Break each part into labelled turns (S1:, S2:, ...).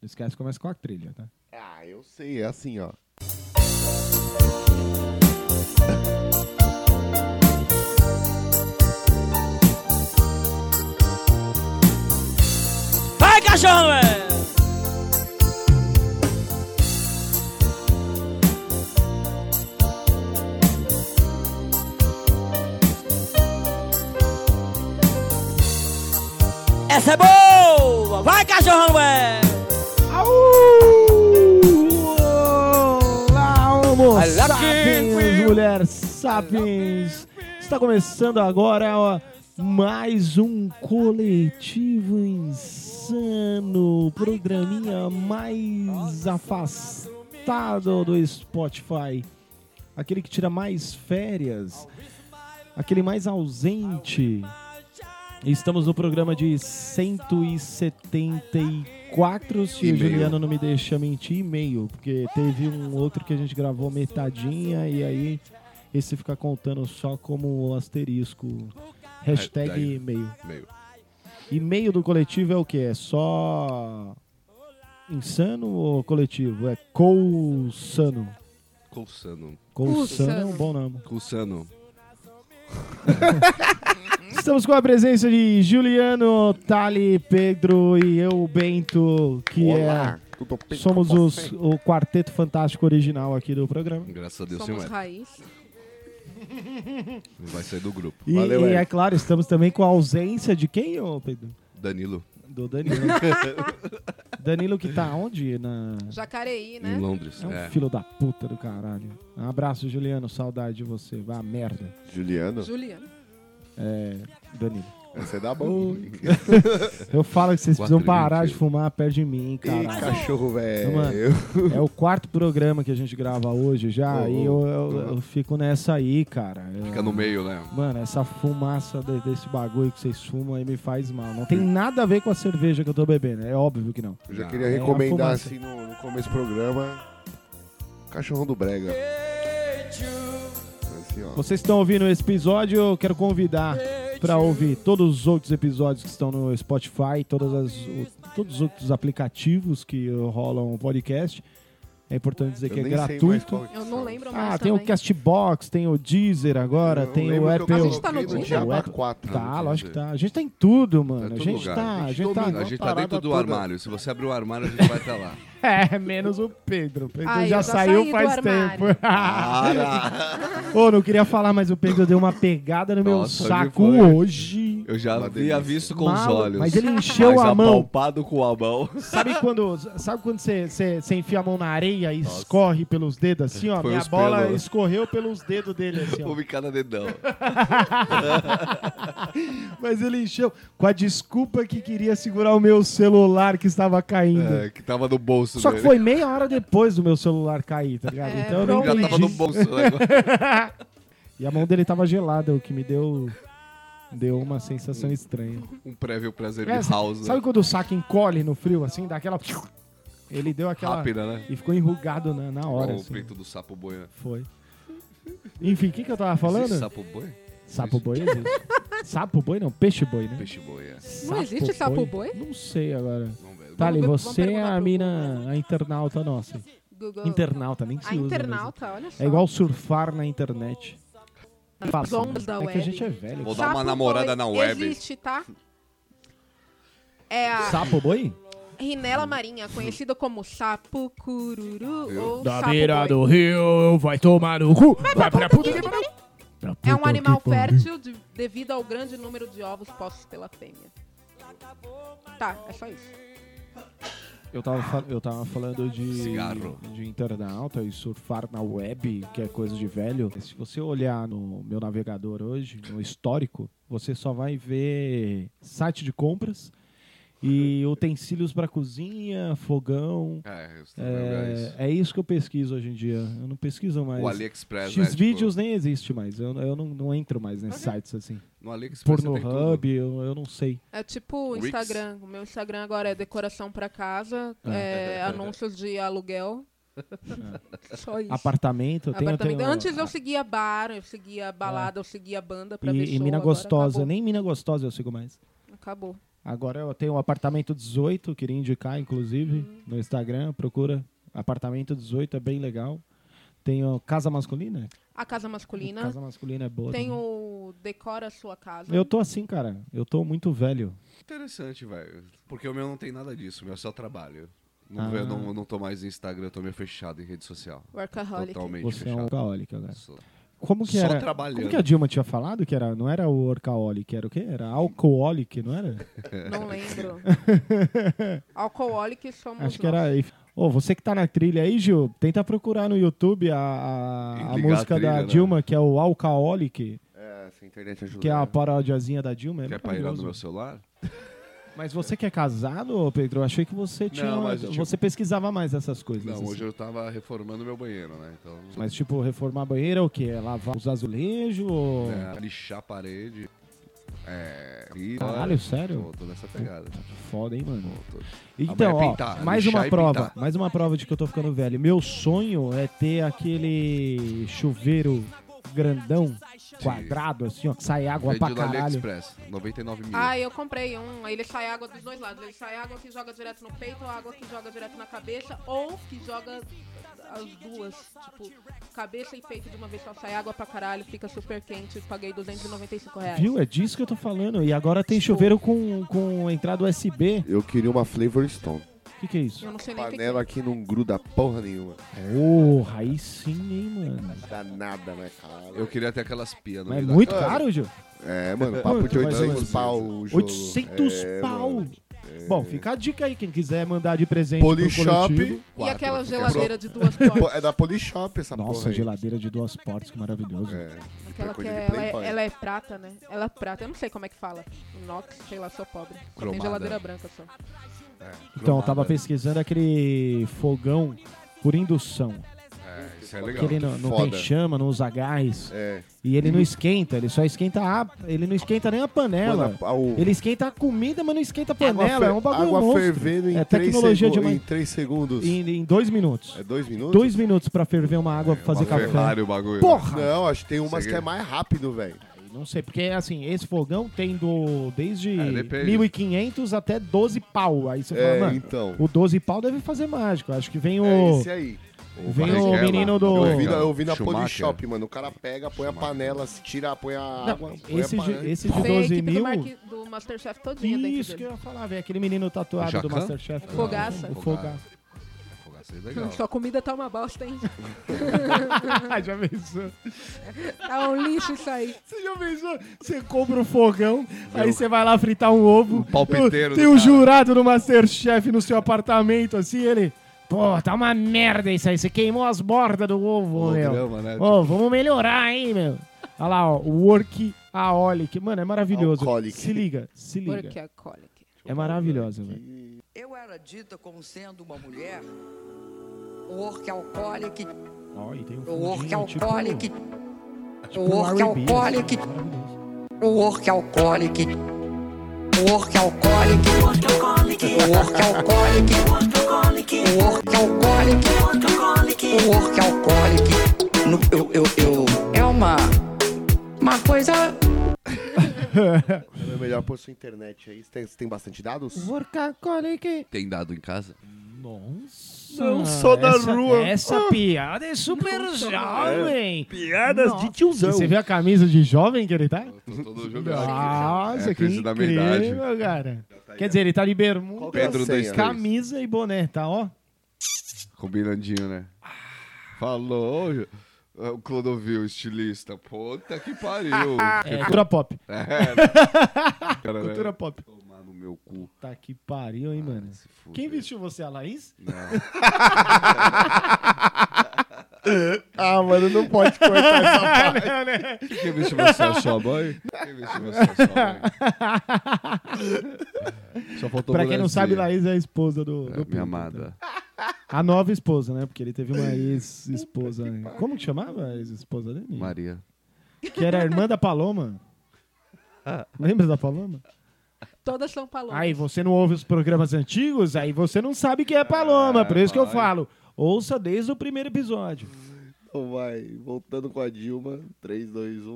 S1: Não esquece que começa com a trilha, tá?
S2: Ah, eu sei, é assim, ó.
S3: Vai, cachorro, é. velho! Essa é boa! Vai, é. cachorrão, velho!
S1: Olá, homo
S3: I love
S1: sapiens,
S3: you.
S1: mulher sapiens. Está começando agora ó, mais um coletivo insano, programinha mais afastado do Spotify. Aquele que tira mais férias, aquele mais ausente. Estamos no programa de 174, se o
S2: E-mail.
S1: Juliano não me deixa mentir, e-mail, porque teve um outro que a gente gravou metadinha e aí esse fica contando só como um asterisco.
S2: É,
S1: Hashtag
S2: daí-
S1: e-mail.
S2: Meio.
S1: E-mail do coletivo é o quê? É só insano ou coletivo? É coulsano.
S2: Coçando.
S1: Coulsano é um bom nome.
S2: Coçando.
S1: Estamos com a presença de Juliano, Tali, Pedro e eu, Bento, que
S2: Olá, tudo
S1: é.
S2: bem
S1: Somos
S2: com
S1: os,
S2: você?
S1: o quarteto fantástico original aqui do programa.
S2: Graças a Deus, sim,
S4: Somos
S2: ué.
S4: raiz.
S2: Não vai sair do grupo.
S1: E,
S2: Valeu,
S1: e é
S2: Eric.
S1: claro, estamos também com a ausência de quem, ô Pedro?
S2: Danilo,
S1: Do Danilo. Danilo que tá onde? Na...
S4: Jacareí,
S2: em
S4: né?
S2: Londres.
S1: É um
S2: É.
S1: filho da puta do caralho. Um abraço, Juliano. Saudade de você. Vá à merda. É,
S2: Juliano, é
S4: Juliano.
S1: Danilo.
S2: você dá bom.
S1: Eu falo que vocês precisam
S2: Quatro e
S1: parar
S2: vinte.
S1: de fumar perto de mim,
S2: Ih,
S1: caralho.
S2: cachorro,
S1: Mano.
S2: velho.
S1: É o quarto programa que a gente grava hoje já,
S2: Ô,
S1: e eu, eu- eu fico nessa aí, cara. Eu-
S2: Fica no meio, né?
S1: Mano, essa fumaça de- desse bagulho que vocês fumam aí me faz mal. Não
S2: Hum.
S1: tem nada a ver com a cerveja que eu tô bebendo, é óbvio que não.
S2: Eu já Não,
S1: é
S2: queria
S1: uma
S2: recomendar,
S1: fumaça.
S2: assim, no, no começo do programa, Cachorrão do Brega. Assim, ó.
S1: Vocês estão ouvindo esse episódio, eu quero convidar pra ouvir todos os outros episódios que estão no Spotify, todas as, o- todos os outros aplicativos que rolam o podcast. É importante dizer que é
S2: nem sei mais
S1: gratuito.
S2: qual que
S4: Eu
S2: são.
S4: não lembro mais
S1: Ah, tem
S4: também.
S1: o Castbox, tem o Deezer agora,
S2: Eu
S1: tem o
S2: lembro que eu
S1: Apple.
S4: A gente tá no
S2: coloquei
S4: Deezer?
S2: Jabá
S1: O Apple
S2: 4.
S1: Tá,
S2: Não,
S1: lógico que
S2: quer dizer.
S1: tá. A gente tá em tudo, mano.
S2: Tá em
S1: a
S2: todo
S1: gente
S2: lugar.
S1: tá. A gente
S2: domina,
S1: tá.
S2: A gente tá parada dentro do toda. armário. Se você abrir o armário, a gente vai estar lá.
S1: É, menos o Pedro. O Pedro
S4: Ah, eu
S1: já
S4: já
S1: saiu
S4: saí do
S1: faz tempo.
S4: armário.
S2: Ah.
S1: Ô, não queria falar, mas o Pedro deu uma pegada no meu
S2: Nossa,
S1: saco
S2: ele foi.
S1: hoje.
S2: Eu já
S5: Uma
S2: havia
S5: delícia.
S2: visto com os
S1: Malu-
S2: olhos.
S1: Mas ele encheu
S2: mas
S1: a mão. Assim,
S2: apalpado com o abão.
S1: Sabe quando sabe quando você você- você enfia a mão na areia e escorre pelos dedos assim, ó?
S2: Foi
S1: Minha
S2: os
S1: bola
S2: pelos.
S1: escorreu pelos dedos dele assim, ó.
S2: Houve cada dedão.
S1: Mas ele encheu com a desculpa que queria segurar o meu celular que estava caindo.
S2: É, que tava no bolso
S1: Só que
S2: dele.
S1: foi meia hora depois do meu celular cair, tá ligado?
S4: É,
S1: então eu não
S4: pronto.
S2: Já tava no
S1: entendi.
S2: bolso. né?
S1: E a mão dele tava gelada, o que me deu deu uma sensação estranha.
S2: Um prévio prazer
S1: É,
S2: de house. né?
S1: Sabe quando o saco encolhe no frio assim, dá aquela ele deu aquela
S2: Rápida, né?
S1: e ficou enrugado na, na hora
S2: Com o
S1: assim.
S2: peito do sapo boi, né?
S1: Foi. Enfim, o que, que eu tava
S2: Existe
S1: falando?
S2: Sapo boi?
S1: Sapo boi existe. Sapo boi não, peixe boi, né?
S2: Peixe boi, é.
S4: Não existe sapo boi?
S1: Não sei agora.
S2: Vamos ver.
S1: Tali,
S4: Vamos ver-
S1: você
S4: vamos
S1: é a
S4: perguntar pro
S1: mina, a internauta nossa.
S4: Google.
S1: Internauta, nem se
S4: A
S1: usa. mesmo.
S4: internauta, olha só.
S1: né? É igual surfar na internet. Fácil,
S4: Zonda
S1: né? é
S4: um web.
S1: que a gente é velho.
S2: Vou dar uma
S4: Sapo
S2: namorada
S4: boi
S2: na web.
S4: Existe, tá? É a
S1: Sapo boi?
S4: rinela marinha, conhecida como sapo cururu
S2: Viu?
S4: ou sapo boi.
S1: rio, vai tomar no cu. Vai pra puta que
S4: É um animal fértil de- devido ao grande número de ovos postos pela fêmea. Tá, é só isso.
S1: Eu tava, fa- eu tava falando de,
S2: Cigarro.
S1: de internauta e surfar na web, que é coisa de velho. Se você olhar no meu navegador hoje, no histórico, você só vai ver site de compras e utensílios pra cozinha, fogão.
S2: É, eu estou lembrando isso.
S1: É, é isso que eu pesquiso hoje em dia. Eu não pesquiso mais.
S2: O AliExpress, né?
S1: X vídeos nem existe mais. Eu, eu não, não entro mais nesses sites assim.
S2: Tipo, no AliExpress você tem tudo.
S1: Pornhub, eu, eu não sei.
S4: É tipo o
S2: Wix?
S4: Instagram. O meu Instagram agora é decoração pra casa,
S1: Ah.
S4: é, anúncios de aluguel. Só isso.
S1: Apartamento, eu tenho,
S4: Apartamento.
S1: tenho- ah,
S4: Antes eu seguia bar, eu seguia balada, eu seguia banda pra ver
S1: e, e
S4: show,
S1: mina
S4: agora
S1: gostosa.
S4: Acabou.
S1: Nem mina gostosa eu sigo mais.
S4: acabou.
S1: Agora eu tenho o apartamento 18, queria indicar, inclusive,
S4: Hum.
S1: no Instagram. Procura apartamento 18, é bem legal. Tenho Casa Masculina.
S4: A casa masculina.
S1: Casa Masculina é boa.
S4: Tem
S1: também.
S4: o Decora Sua Casa.
S1: Eu tô assim, cara. Eu tô muito velho.
S5: Interessante, velho. Porque o meu não tem nada disso, o meu é só trabalho.
S1: Ah.
S5: Não, vê- eu não, eu não tô mais no Instagram, eu tô meio fechado em rede social.
S4: Workaholic.
S5: Totalmente
S1: Você é um
S5: fechado.
S1: alcoólico agora.
S5: Só-
S1: Como que
S5: Só
S1: era?
S5: trabalhando.
S1: Como que a Dilma tinha falado que era? Não era o orcaolic, era o quê? Era alcoolic, não era?
S4: Não lembro. Alcoholic somos
S1: Acho que era. Ô, você que tá na trilha aí, Gil, tenta procurar no YouTube a, a, a
S5: Ligar a
S1: música da
S5: trilha, né?
S1: Dilma, que é o Alcaolic,
S2: É, essa internet ajuda.
S1: que é a
S2: né?
S1: parodiazinha da Dilma. É
S5: Quer pairar no
S1: maravilhoso.
S5: meu celular?
S1: Mas você que é casado, ô, Pedro, eu achei que você tinha.
S5: mas eu, tipo-
S1: Você pesquisava mais essas coisas.
S5: Não,
S1: assim.
S5: hoje eu tava reformando meu banheiro, né? Então.
S1: Mas, tipo, reformar a banheira é o quê? É lavar os azulejos? ou-
S5: É, lixar a parede. É. E,
S1: Caralho, sério?
S5: Tô, tô nessa pegada.
S1: Que foda, hein, mano?
S5: Tô, tô-
S1: Então,
S5: Amanhã é
S1: ó,
S5: pintar,
S1: mais
S5: lixar
S1: uma
S5: e
S1: prova,
S5: pintar.
S1: mais uma prova de que eu tô ficando velho. Meu sonho é ter aquele chuveiro grandão, quadrado, assim, ó, que sai água
S5: Vende
S1: pra
S5: do
S1: caralho.
S5: AliExpress, 99 mil.
S4: Ah, eu comprei um. Ele sai água dos dois lados. Ele sai água que joga direto no peito, água que joga direto na cabeça, ou que joga as duas. Tipo, cabeça e peito de uma vez só. Sai água pra caralho, fica super quente. Paguei 295 reais.
S1: Viu? É disso que eu tô falando. E agora tem chuveiro com, com entrada USB.
S2: Eu queria uma Flavor Stone.
S1: O que, que é isso?
S4: Eu não sei nem o que que
S2: Panela que não gruda porra nenhuma.
S1: Porra, aí sim, hein, mano.
S2: Danada, né, cara?
S5: Eu queria ter aquelas pias no
S1: Mas é
S5: meio da
S1: muito
S5: casa.
S1: caro, Gil.
S2: É, mano, papo de
S1: Quanto mais ou
S2: 800
S5: menos?
S2: pau o jogo.
S1: 800
S2: É,
S1: pau.
S2: mano.
S5: É.
S2: é.
S1: Bom, fica a dica aí, quem quiser mandar de presente pro
S2: Polishop.
S1: coletivo.
S4: E
S5: Quatro,
S4: aquela
S5: fica
S4: geladeira de duas portas.
S2: Po- É da Polishop essa porra
S1: Nossa,
S2: aí.
S1: geladeira de duas portas, que maravilhoso.
S4: Aquela que
S2: coisa de
S4: é, ela,
S2: Playboy.
S4: é, ela é prata, né? Ela é prata. Eu não sei como é que fala. Inox, sei lá, sou pobre. Só tem
S5: Cromada.
S4: geladeira branca só.
S1: Então, eu tava
S5: cromada.
S1: pesquisando aquele fogão por indução.
S5: É, isso é
S1: Que
S5: legal.
S1: ele não, não
S2: Foda.
S1: tem chama, não usa gás.
S2: É.
S1: E ele não esquenta, ele só esquenta a. Ele não esquenta nem a panela.
S2: Mano, a- o-
S1: Ele esquenta a comida, mas não esquenta a
S2: Água
S1: panela.
S2: fe-
S1: É um bagulho
S2: Água
S1: monstro.
S2: fervendo em,
S1: É
S2: 3
S1: tecnologia
S2: em
S1: demais.
S2: três segundos.
S1: Em, em dois minutos.
S2: É dois minutos?
S1: Dois minutos pra ferver uma água pra fazer
S5: Uma
S1: café.
S5: Ferrari o bagulho.
S1: Porra!
S2: Não, acho que tem umas
S5: Segue.
S2: que é mais rápido, velho.
S1: Não sei, porque assim, esse fogão tem do, desde
S5: É, depende.
S1: 1.500 até 12 pau. Aí você
S2: É,
S1: fala, mano,
S2: então.
S1: o 12 pau deve fazer mágico. Acho que vem o.
S2: É esse aí.
S1: Vem o
S5: Barrichello,
S1: menino do-
S2: Eu
S1: Pô,
S2: ouvi, na- eu ouvi na
S5: Schumacher.
S2: Polishop, mano. O cara pega, põe a panela, se tira, põe a água.
S1: Não,
S2: põe
S1: esse,
S2: a
S1: de,
S2: panela.
S1: esse de
S4: Tem a
S1: 12
S4: equipe do,
S1: mil.
S4: Marque, do Masterchef todinha
S1: Isso
S4: dentro
S1: que é. eu
S4: dele.
S1: ia falar, velho. Aquele menino tatuado do
S5: Jacan?
S1: Masterchef.
S4: Fogaça.
S1: O Fogaça.
S5: Fogaça é legal.
S4: Sua comida tá uma bosta, hein?
S1: já pensou?
S4: Tá um lixo isso aí.
S1: Você já pensou? Você compra um fogão, aí você vai lá fritar um ovo.
S5: palpiteiro
S1: Tem
S5: do
S1: um
S5: cara.
S1: jurado do Masterchef no seu apartamento, assim, ele. Pô, tá uma merda isso aí. Você queimou as bordas do ovo, meu.
S5: Holograma, né?
S1: Ô, vamos melhorar, hein, meu. Olha lá, ó. Workaholic. Mano, é maravilhoso.
S2: Alcoholic.
S1: Se liga, se
S4: Porque
S1: liga.
S4: é colic.
S1: É maravilhosa, velho.
S6: Eu era dita como sendo uma mulher workaholic,
S1: Ó, e tem um fundinho, tipo-
S6: workaholic,
S1: tipo um R&B, assim,
S6: workaholic,
S1: maravilhoso.
S6: workaholic, workaholic, workaholic, workaholic, workaholic. No- Eu, eu, eu. É uma. Uma coisa.
S2: É melhor pôr sua internet aí. Você tem, você tem bastante dados?
S1: Workaholic.
S5: Tem dado em casa?
S1: Nossa.
S2: Não sou da
S1: Ah, essa,
S2: rua.
S1: Essa piada é super jovem.
S2: Piadas
S1: Nossa.
S2: tiozão.
S1: E você vê a camisa de jovem que ele tá?
S5: Tô todo jogando.
S1: Ah, Nossa,
S5: É
S1: que
S5: a crise da
S1: incrível,
S5: meia-idade.
S1: cara. Quer dizer, ele tá de bermuda,
S2: Qual que é a
S5: Pedro
S2: senha?
S5: dois três.
S1: camisa e boné, tá, ó.
S5: Combinandinho, né? Falou, Ju- É o Clodovil, estilista. Puta que pariu.
S1: É, cultura pop.
S5: Cara, né?
S1: Cultura pop.
S5: Tomar no meu cu.
S1: Tá que pariu, hein, mano.
S5: Ah, se fuder.
S1: Quem vestiu você, a Laís?
S2: Ah, mano, não pode cortar essa parte.
S5: Quem vestiu você? A sua mãe? Quem vestiu você? A sua mãe? Só faltou
S1: pra quem não
S5: bonezinha.
S1: sabe, Laís é a esposa do, do
S5: É,
S1: Pedro.
S5: minha amada.
S1: A nova esposa, né? Porque ele teve uma ex-esposa. Como que chamava a ex-esposa dele?
S5: Maria.
S1: Que era a irmã da Paloma.
S5: Ah.
S1: Lembra da Paloma?
S4: Todas são palomas.
S1: Aí você não ouve os programas antigos, aí você não sabe quem é Paloma. por isso que eu falo, ouça desde o primeiro episódio.
S2: Então vai, voltando com a Dilma. 3, 2, 1.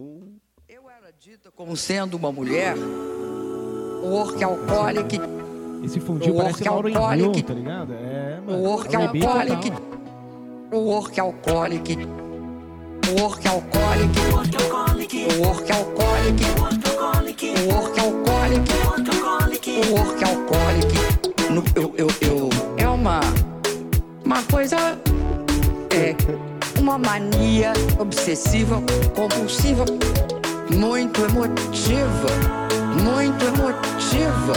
S6: Eu era dita como sendo uma mulher o orc alcoólico,
S1: Esse fundinho
S6: O
S1: parece
S6: orc
S1: Laura Hill,
S6: alcoólico.
S1: tá ligado? É, mano.
S6: o orc
S1: é bem total.
S6: alcoólico, o orc alcoólico, o orc alcoólico, o orc alcoólico, o orc alcoólico, o orc alcoólico. No- Eu, eu, eu. É uma. Uma coisa. É. Uma mania obsessiva, compulsiva, muito emotiva, muito emotiva,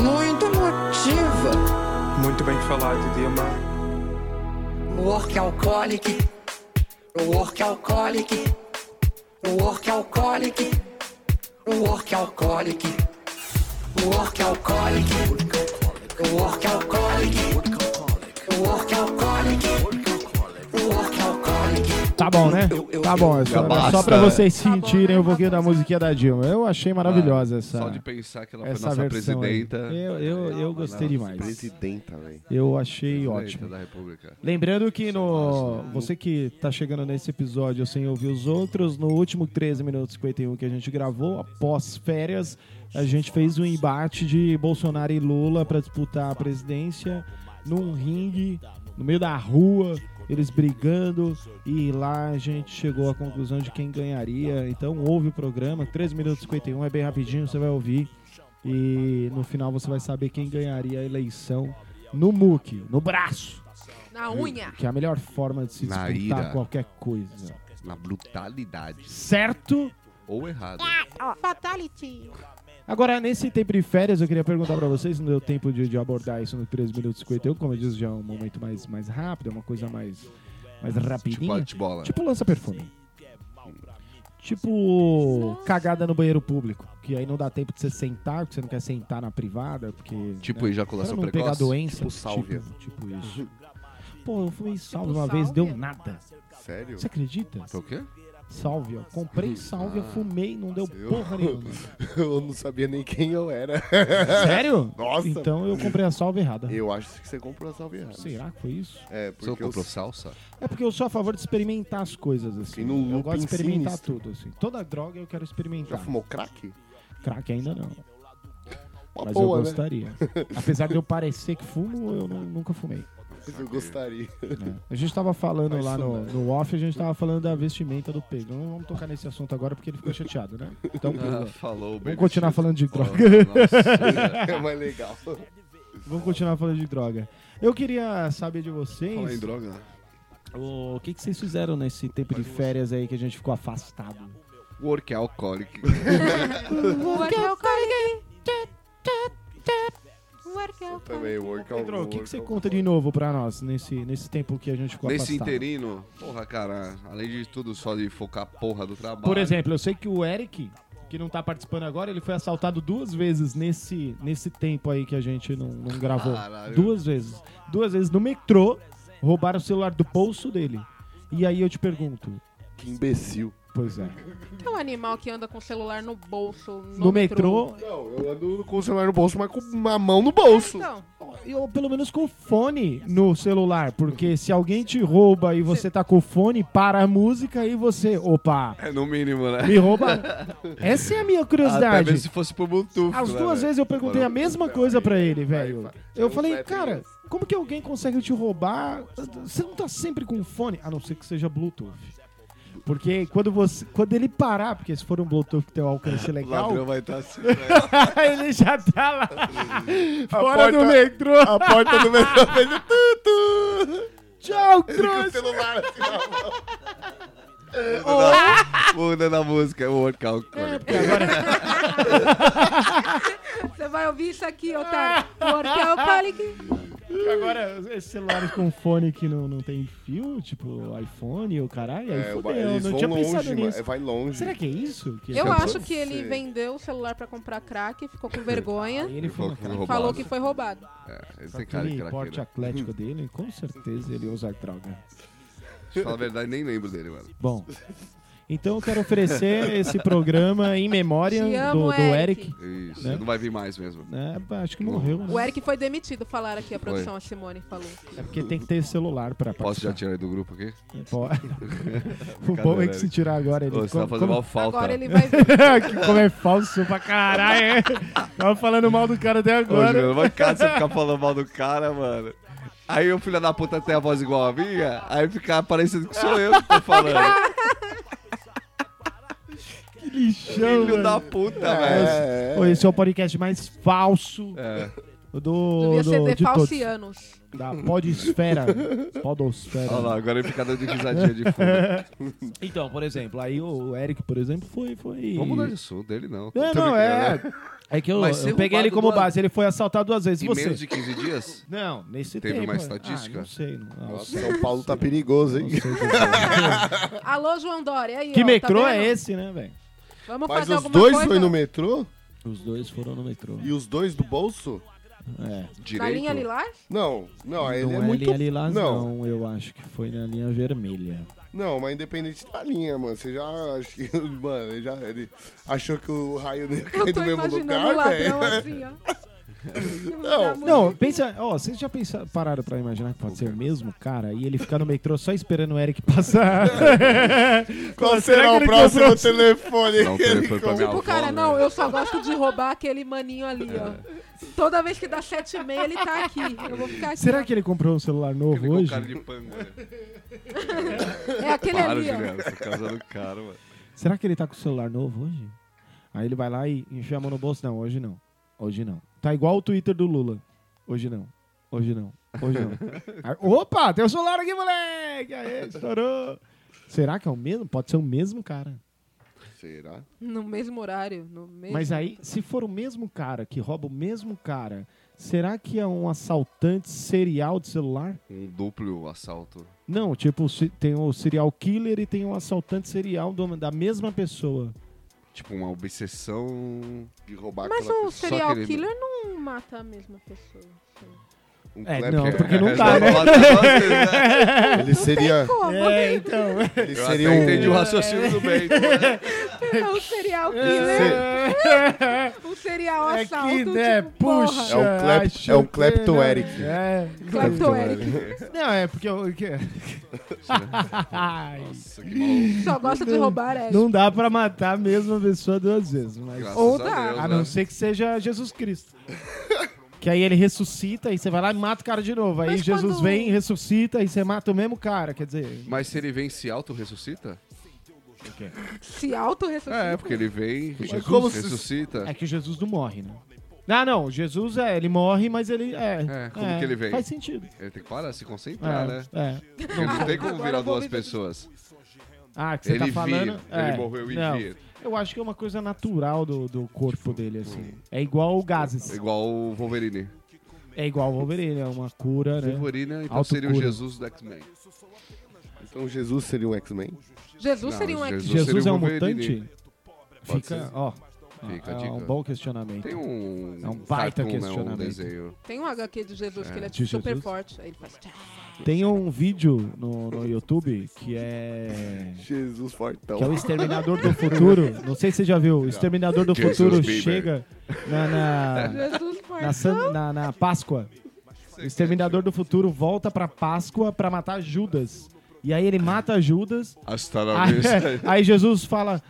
S6: muito emotiva.
S7: Muito bem falado, Dilma.
S6: Workaholic, workaholic, workaholic, workaholic, workaholic, workaholic, workaholic, workaholic.
S1: Tá bom, né?
S6: Eu- eu-
S1: tá bom. É
S5: Já
S1: só,
S5: basta.
S1: só pra vocês sentirem um pouquinho da musiquinha da Dilma. Eu achei maravilhosa essa,
S5: Ah, Só de pensar que ela foi
S1: essa
S5: nossa
S1: versão. aí. É,
S5: presidenta.
S1: Eu, eu, eu gostei demais.
S2: Presidenta, velho.
S1: Eu achei
S5: Presidenta
S1: ótimo.
S5: da República.
S1: Lembrando que no você que tá chegando nesse episódio sem ouvir os outros, no último 13 minutos e 51 que a gente gravou, após férias, a gente fez um embate de Bolsonaro e Lula para disputar a presidência num ringue no meio da rua, eles brigando e lá a gente chegou à conclusão de quem ganharia. Então ouve o programa, 13 minutos e 51 é bem rapidinho, você vai ouvir e no final você vai saber quem ganharia a eleição no MUC, no braço.
S4: Na unha.
S1: Que é a melhor forma de se
S5: Na
S1: disputar
S5: ira.
S1: qualquer coisa.
S5: Na brutalidade.
S1: Certo?
S5: Ou errado.
S1: Ah, Agora, nesse tempo de férias, eu queria perguntar pra vocês, não deu tempo de, de abordar isso no 3 minutos e 51, como eu disse, já é um momento mais, mais rápido, é uma coisa mais, mais
S5: Tipo
S1: rapidinha.
S5: bate bola.
S1: Tipo lança perfume. Tipo cagada no banheiro público, que aí não dá tempo de você sentar, porque você não quer sentar na privada, porque...
S5: Tipo
S1: Pra
S5: ejaculação
S1: Né? não pegar
S5: precoce.
S1: doença.
S2: Tipo sálvia.
S1: Tipo, tipo isso. Pô, eu fui salve
S4: Tipo
S1: uma vez, deu
S4: sálvia?
S1: nada.
S2: Sério?
S1: Você acredita?
S5: Foi o quê?
S1: Sálvia.
S2: Hum.
S1: Comprei
S2: Ah.
S1: sálvia, fumei, não deu
S2: Eu-
S1: porra nenhuma.
S2: Eu não sabia nem quem eu era.
S1: Sério?
S2: É. Nossa.
S1: Então eu comprei a sálvia errada.
S2: Eu acho que você comprou a salve errada.
S1: Será que foi isso?
S2: É,
S5: Você não
S2: porque eu...
S5: comprou salsa?
S1: É porque eu sou a favor de experimentar as coisas, assim.
S2: Fiquei num
S1: eu gosto de
S2: looping
S1: experimentar
S2: sinistro.
S1: tudo, assim. Toda droga eu quero
S2: Já
S1: experimentar.
S2: fumou crack?
S1: Crack ainda não.
S2: Uma
S1: mas eu
S2: boa, né?
S1: gostaria. Apesar de eu parecer que fumo, eu nu- nunca fumei.
S2: Mas eu gostaria.
S1: né? A gente tava falando
S2: Mas
S1: lá no,
S2: fumo.
S1: no off, a gente tava falando da vestimenta do Pedro. Não vamos tocar nesse assunto agora porque ele ficou chateado, né? Então,
S5: Ah,
S1: pula.
S5: falou.
S1: Vamos continuar falando de droga.
S5: droga. né?
S2: É mais legal.
S1: Vamos continuar falando de droga. Eu queria saber de
S5: Falar em
S1: vocês
S5: droga. né?
S1: o, o que, que vocês fizeram nesse tempo de férias aí que a gente ficou afastado.
S5: Work alcoholic.
S2: Eu também, workout.
S1: Pedro, o que, que você conta de novo pra nós nesse, nesse tempo que a gente ficou
S5: Nesse
S1: afastado?
S5: interino, porra, cara, além de tudo, só de focar a porra do trabalho.
S1: Por exemplo, eu sei que o Eric, que não tá participando agora, ele foi assaltado duas vezes nesse, nesse tempo aí que a gente não, não gravou.
S5: Caralho.
S1: Duas vezes. Duas vezes no metrô, roubaram o celular do bolso dele. E aí eu te pergunto,
S2: Que imbecil.
S1: pois é,
S4: É um animal que anda com o celular no bolso. No,
S1: no metrô,
S2: Não, eu ando com o celular no bolso, mas com uma mão no bolso.
S4: Então,
S1: Eu, pelo menos com fone no celular, porque se alguém te rouba e você tá com o fone, para a música e você, opa,
S5: É no mínimo, né?
S1: me rouba. Essa é a minha
S5: Até mesmo se
S1: curiosidade.
S5: fosse por Bluetooth.
S1: As
S5: né,
S1: duas
S5: velho?
S1: vezes eu perguntei a
S5: Agora,
S1: mesma coisa pra ele, velho.
S2: vai.
S1: Eu
S2: Você
S1: falei,
S2: vai ter
S1: cara,
S2: isso.
S1: como que alguém consegue te roubar? Você não tá sempre com fone, a não ser que seja Bluetooth. Porque quando você, quando ele parar, porque se for um Bluetooth que tem um alcance
S5: O
S1: legal,
S5: ladrão vai estar assim.
S1: ele já tá lá fora
S2: porta-
S1: do metrô.
S2: A porta do metrô fez o tutu.
S1: Tchau,
S2: Com o
S1: trouxa.
S2: celular assim na mão.
S5: Mudando a música, é work alcoholic.
S1: Porque agora
S4: você vai ouvir isso aqui, otário. é Workaholic.
S1: Porque Agora, esses celulares com fone que não, não tem fio, tipo iPhone ou caralho, aí
S2: É,
S1: fudeu,
S2: eles
S1: não
S2: vão
S1: tinha pensado
S2: longe,
S1: nisso.
S2: mano. Vai longe.
S1: Será que é isso? Que
S4: Eu
S1: é?
S4: acho que
S2: sei.
S4: ele vendeu o celular pra comprar crack, ficou com vergonha.
S1: Aí ele foi uma cara.
S4: Falou que foi roubado.
S5: É, esse cara é
S1: Aquele porte
S5: craqueiro.
S1: atlético dele, com certeza ele usa droga.
S5: Pra falar a verdade, nem lembro dele, mano.
S1: Bom, Então eu quero oferecer esse programa em memória
S4: Te
S1: do, do
S4: amo,
S1: Eric.
S4: Eric.
S5: Isso,
S1: Né?
S5: não vai vir mais mesmo.
S1: É, acho que morreu, né?
S4: O Eric foi demitido, falaram aqui, a produção, a Simone falou.
S1: É porque tem que ter celular pra
S5: Posso já
S1: participar.
S5: tirar ele do grupo aqui?
S1: Pode. o bom é que se tirar agora ele...
S5: Ô, você tá
S1: como-
S5: fazendo
S1: como-
S5: mal falta.
S4: Agora ele vai vir.
S1: Como é falso pra caralho. Tava falando mal do cara até
S5: Ô,
S1: agora.
S5: Juliano, vai cá você ficar falando mal do cara, mano. Aí o filho da puta tem a voz igual a minha, aí fica parecendo que sou eu que tô falando.
S1: que lixão,
S5: Filho
S1: mano.
S5: da puta, velho.
S1: É, Esse, esse é o podcast mais falso
S5: É.
S1: do,
S4: Devia ser
S1: do
S4: The
S1: de todos.
S4: Falcianos.
S1: Da podesfera. Podosfera.
S5: Olha lá, agora ele fica dando risadinha de fundo.
S1: Então, por exemplo, aí o Eric, por exemplo, foi... foi...
S5: Vamos mudar de som dele, não.
S1: É,
S5: Tô
S1: não, é...
S5: brincando, né?
S1: É que eu,
S5: Mas ser
S1: eu peguei ele
S5: roubado
S1: como
S5: duas-
S1: base. Ele foi assaltado duas vezes. E
S5: Em
S1: você?
S5: menos de 15 dias?
S1: Não, nesse
S5: Teve
S1: tempo.
S5: uma
S1: é. Ah,
S5: estatística?
S1: não sei. não- não
S2: Nossa,
S1: sei.
S2: São Paulo tá perigoso, hein?
S4: Alô, João Dória, aí,
S1: Que
S4: ó,
S1: metrô
S4: tá
S1: é
S4: vendo?
S1: esse, né, velho?
S4: Vamos
S2: Mas
S4: fazer
S2: os
S4: alguma
S2: dois
S4: coisa?
S2: foi no metrô?
S1: Os dois foram no metrô.
S2: E os dois do bolso?
S1: É.
S5: Direito?
S4: Na linha Lilás?
S2: Não, não, ele
S1: não
S2: é
S1: é
S2: muito...
S1: linha lilás,
S2: não.
S1: não. Eu acho que foi na linha vermelha.
S2: Não, mas independente da linha, mano. Você já. acha que- Mano, ele, já, ele achou que o raio não ia cair
S4: Eu tô
S2: do mesmo
S4: imaginando o
S2: lugar,
S4: ladrão
S2: velho.
S4: assim, ó.
S2: Não.
S1: Não, pensa... Ó, vocês já pensaram, pararam pra imaginar que pode ser o mesmo cara? E ele ficar no metrô só esperando o Eric passar.
S2: Qual
S1: Será
S2: será
S1: que
S2: o
S1: ele
S2: próximo
S1: comprou-
S2: telefone?
S5: Não,
S2: que
S5: foi-
S2: ele
S5: foi pra
S2: compra?
S5: minha
S4: Tipo,
S5: avó,
S4: cara,
S5: né?
S4: não, eu só gosto de roubar aquele maninho ali, ó. Toda vez que dá 7 e meia, ele tá aqui. Eu vou ficar aqui.
S1: Será que ele comprou um celular novo
S5: Ele com
S1: hoje?
S5: cara de pango, né?
S4: É aquele
S5: Para,
S4: ali, ó.
S5: Juliano, você tá casando caro, mano.
S1: Será que ele tá com o celular novo hoje? Aí ele vai lá e enfia a mão no bolso. Não, hoje não. Hoje não. Tá igual o Twitter do Lula. Hoje não. Hoje não. Hoje não. Aí, opa, tem o celular aqui, moleque! Aê, estourou! Será que é o mesmo? Pode ser o mesmo cara.
S2: Será?
S4: No mesmo horário, no mesmo...
S1: Mas é aí, se for o mesmo cara que rouba o mesmo cara, será que é um assaltante serial de celular?
S5: Um duplo assalto.
S1: Não, tipo, se- tem o serial killer e tem um assaltante serial do- da mesma pessoa.
S5: Tipo, uma obsessão.
S2: De roubar
S4: Mas
S2: aquela
S4: um
S2: pessoa.
S4: serial
S5: aquele-
S4: killer não mata a mesma pessoa. assim.
S2: Um
S1: É,
S2: clap
S1: não,
S2: hand.
S1: porque não
S5: Não,
S1: dá, né?
S5: não, não, não.
S2: Ele seria.
S4: Como?
S1: É, então.
S2: Ele
S5: Eu
S2: seria
S5: até entendi o
S2: um.
S5: raciocínio do bem. Então,
S4: É um serial killer, um serial
S1: É
S4: assalto,
S1: que, né,
S4: tipo,
S1: puxa.
S2: É um clap-
S1: acho
S2: é um
S1: que-
S2: Clapton
S1: não,
S2: Eric.
S1: É.
S4: Clapton Eric.
S1: Não, é porque eu... que-
S2: né?
S1: Ai,
S5: Nossa, que maluco.
S4: Só gosta de
S1: Não-
S4: roubar Eric.
S1: não dá pra matar a mesma pessoa duas vezes, mas...
S5: Graças
S4: Ou
S5: a
S4: dá.
S5: Deus,
S1: A
S5: né?
S1: não ser que seja Jesus Cristo. Que aí ele ressuscita e você vai lá e mata o cara de novo. Aí
S4: Mas
S1: Jesus
S4: quando-
S1: vem, ressuscita e você mata o mesmo cara. Quer dizer,
S5: Mas se ele vem e se auto-ressuscita?
S4: Se auto-ressuscita.
S5: É, porque ele vem, Jesus
S2: como se-
S5: ressuscita.
S1: é que Jesus não morre, né? Ah, não. Jesus, é, ele morre, mas ele... É,
S5: É, como que ele vem?
S1: Faz sentido.
S5: Ele tem que parar, se
S1: É,
S5: concentrar, né?
S1: é.
S5: Porque não tem como
S4: Agora
S5: virar
S4: eu vou
S5: duas
S4: me-
S5: pessoas.
S1: Ah, que você
S5: Ele
S1: tá
S5: vir,
S1: falando.
S5: ele
S1: é,
S5: morreu e
S1: não.
S5: vir.
S1: Eu acho que é uma coisa natural do, do
S5: Tipo,
S1: corpo dele, assim. É igual o gases.
S5: Igual o Wolverine.
S1: É igual o Wolverine, é uma cura, né?
S5: Wolverine, então
S1: Autocura.
S5: seria o Jesus do X-Men.
S2: Então Jesus seria um X-Men?
S4: Jesus
S5: Não,
S4: seria um
S5: Jesus-
S4: ex.
S1: Jesus
S5: seria
S1: é
S5: o
S1: um
S5: Wolverine.
S1: mutante?
S5: Pode
S1: Fica,
S5: ser.
S1: ó.
S5: Fica
S1: é
S5: a dica.
S1: um bom questionamento.
S5: Tem um.
S1: É um baita
S5: cartoon, né,
S1: questionamento.
S5: Um desenho.
S4: Tem um HQ de Jesus que ele é
S1: De
S4: super
S1: Jesus?
S4: forte. Aí ele assim, faz... tchá.
S1: Tem um vídeo no, no YouTube que é.
S2: Jesus fortão.
S1: Que é o Exterminador do Futuro. Não sei se você já viu. O Exterminador do
S5: Jesus
S1: Futuro
S5: Bieber.
S1: chega na- na,
S4: "Ah, Jesus
S1: na,
S4: forte.
S1: san- na, na Páscoa. O Exterminador do Futuro volta pra Páscoa pra matar Judas. E aí ele mata Judas.
S5: Hasta la
S1: Aí,
S5: vista.
S1: aí Jesus fala.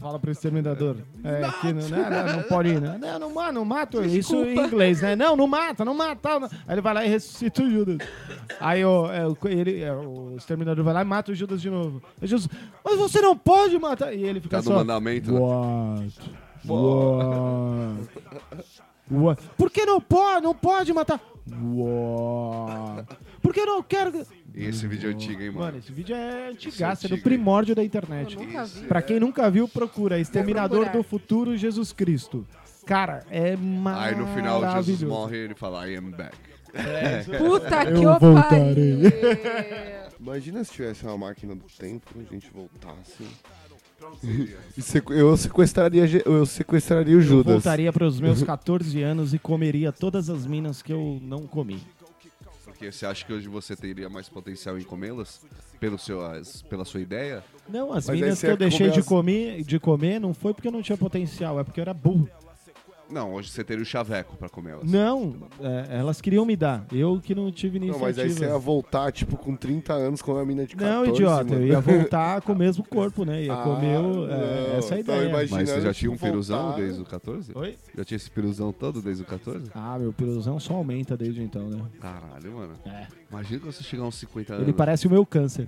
S1: Fala pro exterminador. É, que não, né, não, não pode ir, né? Não, não, ma- não mata. Isso em inglês, né? Não, não mata, não mata. tal, não. Aí ele vai lá e ressuscita o Judas. Aí o, é, o, co- ele, é, o exterminador vai lá e mata o Judas de novo. Aí Jesus, mas você não pode matar. E ele fica
S5: Tá no
S1: só.
S5: mandamento, né?
S1: What? What? What? Por que não pode? Não pode matar? What? Por que não quero.
S5: E esse vídeo é antigo, hein,
S1: Mano,
S5: mano?
S1: esse vídeo é antigaço, é do
S5: antigo,
S1: primórdio da internet.
S4: Eu nunca vi.
S1: Pra quem nunca viu, procura Exterminador
S4: procurar.
S1: do Futuro Jesus Cristo. Cara, é
S5: Aí
S1: maravilhoso.
S5: no final Jesus morre e ele fala, I am back.
S4: Puta que
S1: Eu
S4: eu
S1: voltarei.
S4: pariu.
S2: Imagina se tivesse uma máquina do tempo e a gente voltasse. E sequ- eu sequestraria, Je- eu sequestraria o
S1: Eu
S2: Judas.
S1: voltaria pros meus 14 anos e comeria todas as minas que eu não comi.
S5: porque você acha que hoje você teria mais potencial em comê-las pelo seu, as- pela sua ideia?
S1: Não, as
S2: Mas aí
S1: minas
S2: você
S1: que eu
S2: ia comer
S1: deixei de
S2: as-
S1: comer, de comer não foi porque eu não tinha potencial, é porque eu era burro.
S5: Não, hoje você teria o chaveco pra comê-las.
S1: Não, é, elas queriam me dar. Eu que não tive
S2: Não,
S1: iniciativa.
S2: mas aí você ia voltar, tipo, com 30 anos com a mina é de 14.
S1: Não, idiota,
S2: mano.
S1: eu ia voltar com o mesmo corpo, né? Ia
S2: Ah,
S1: comer o- é,
S2: não,
S1: essa é a
S2: então
S1: ideia.
S2: imagina-
S5: Mas você já
S2: Imaginando,
S5: tinha um
S2: tipo,
S5: peruzão
S2: voltar-
S5: desde o 14?
S1: Oi?
S5: Já tinha esse peruzão todo desde o 14?
S1: Ah, meu piruzão só aumenta desde então, né?
S5: Caralho, mano. Imagina quando você chegar aos 50
S2: É,
S5: anos.
S1: É. Ele
S2: né?
S1: parece o meu câncer.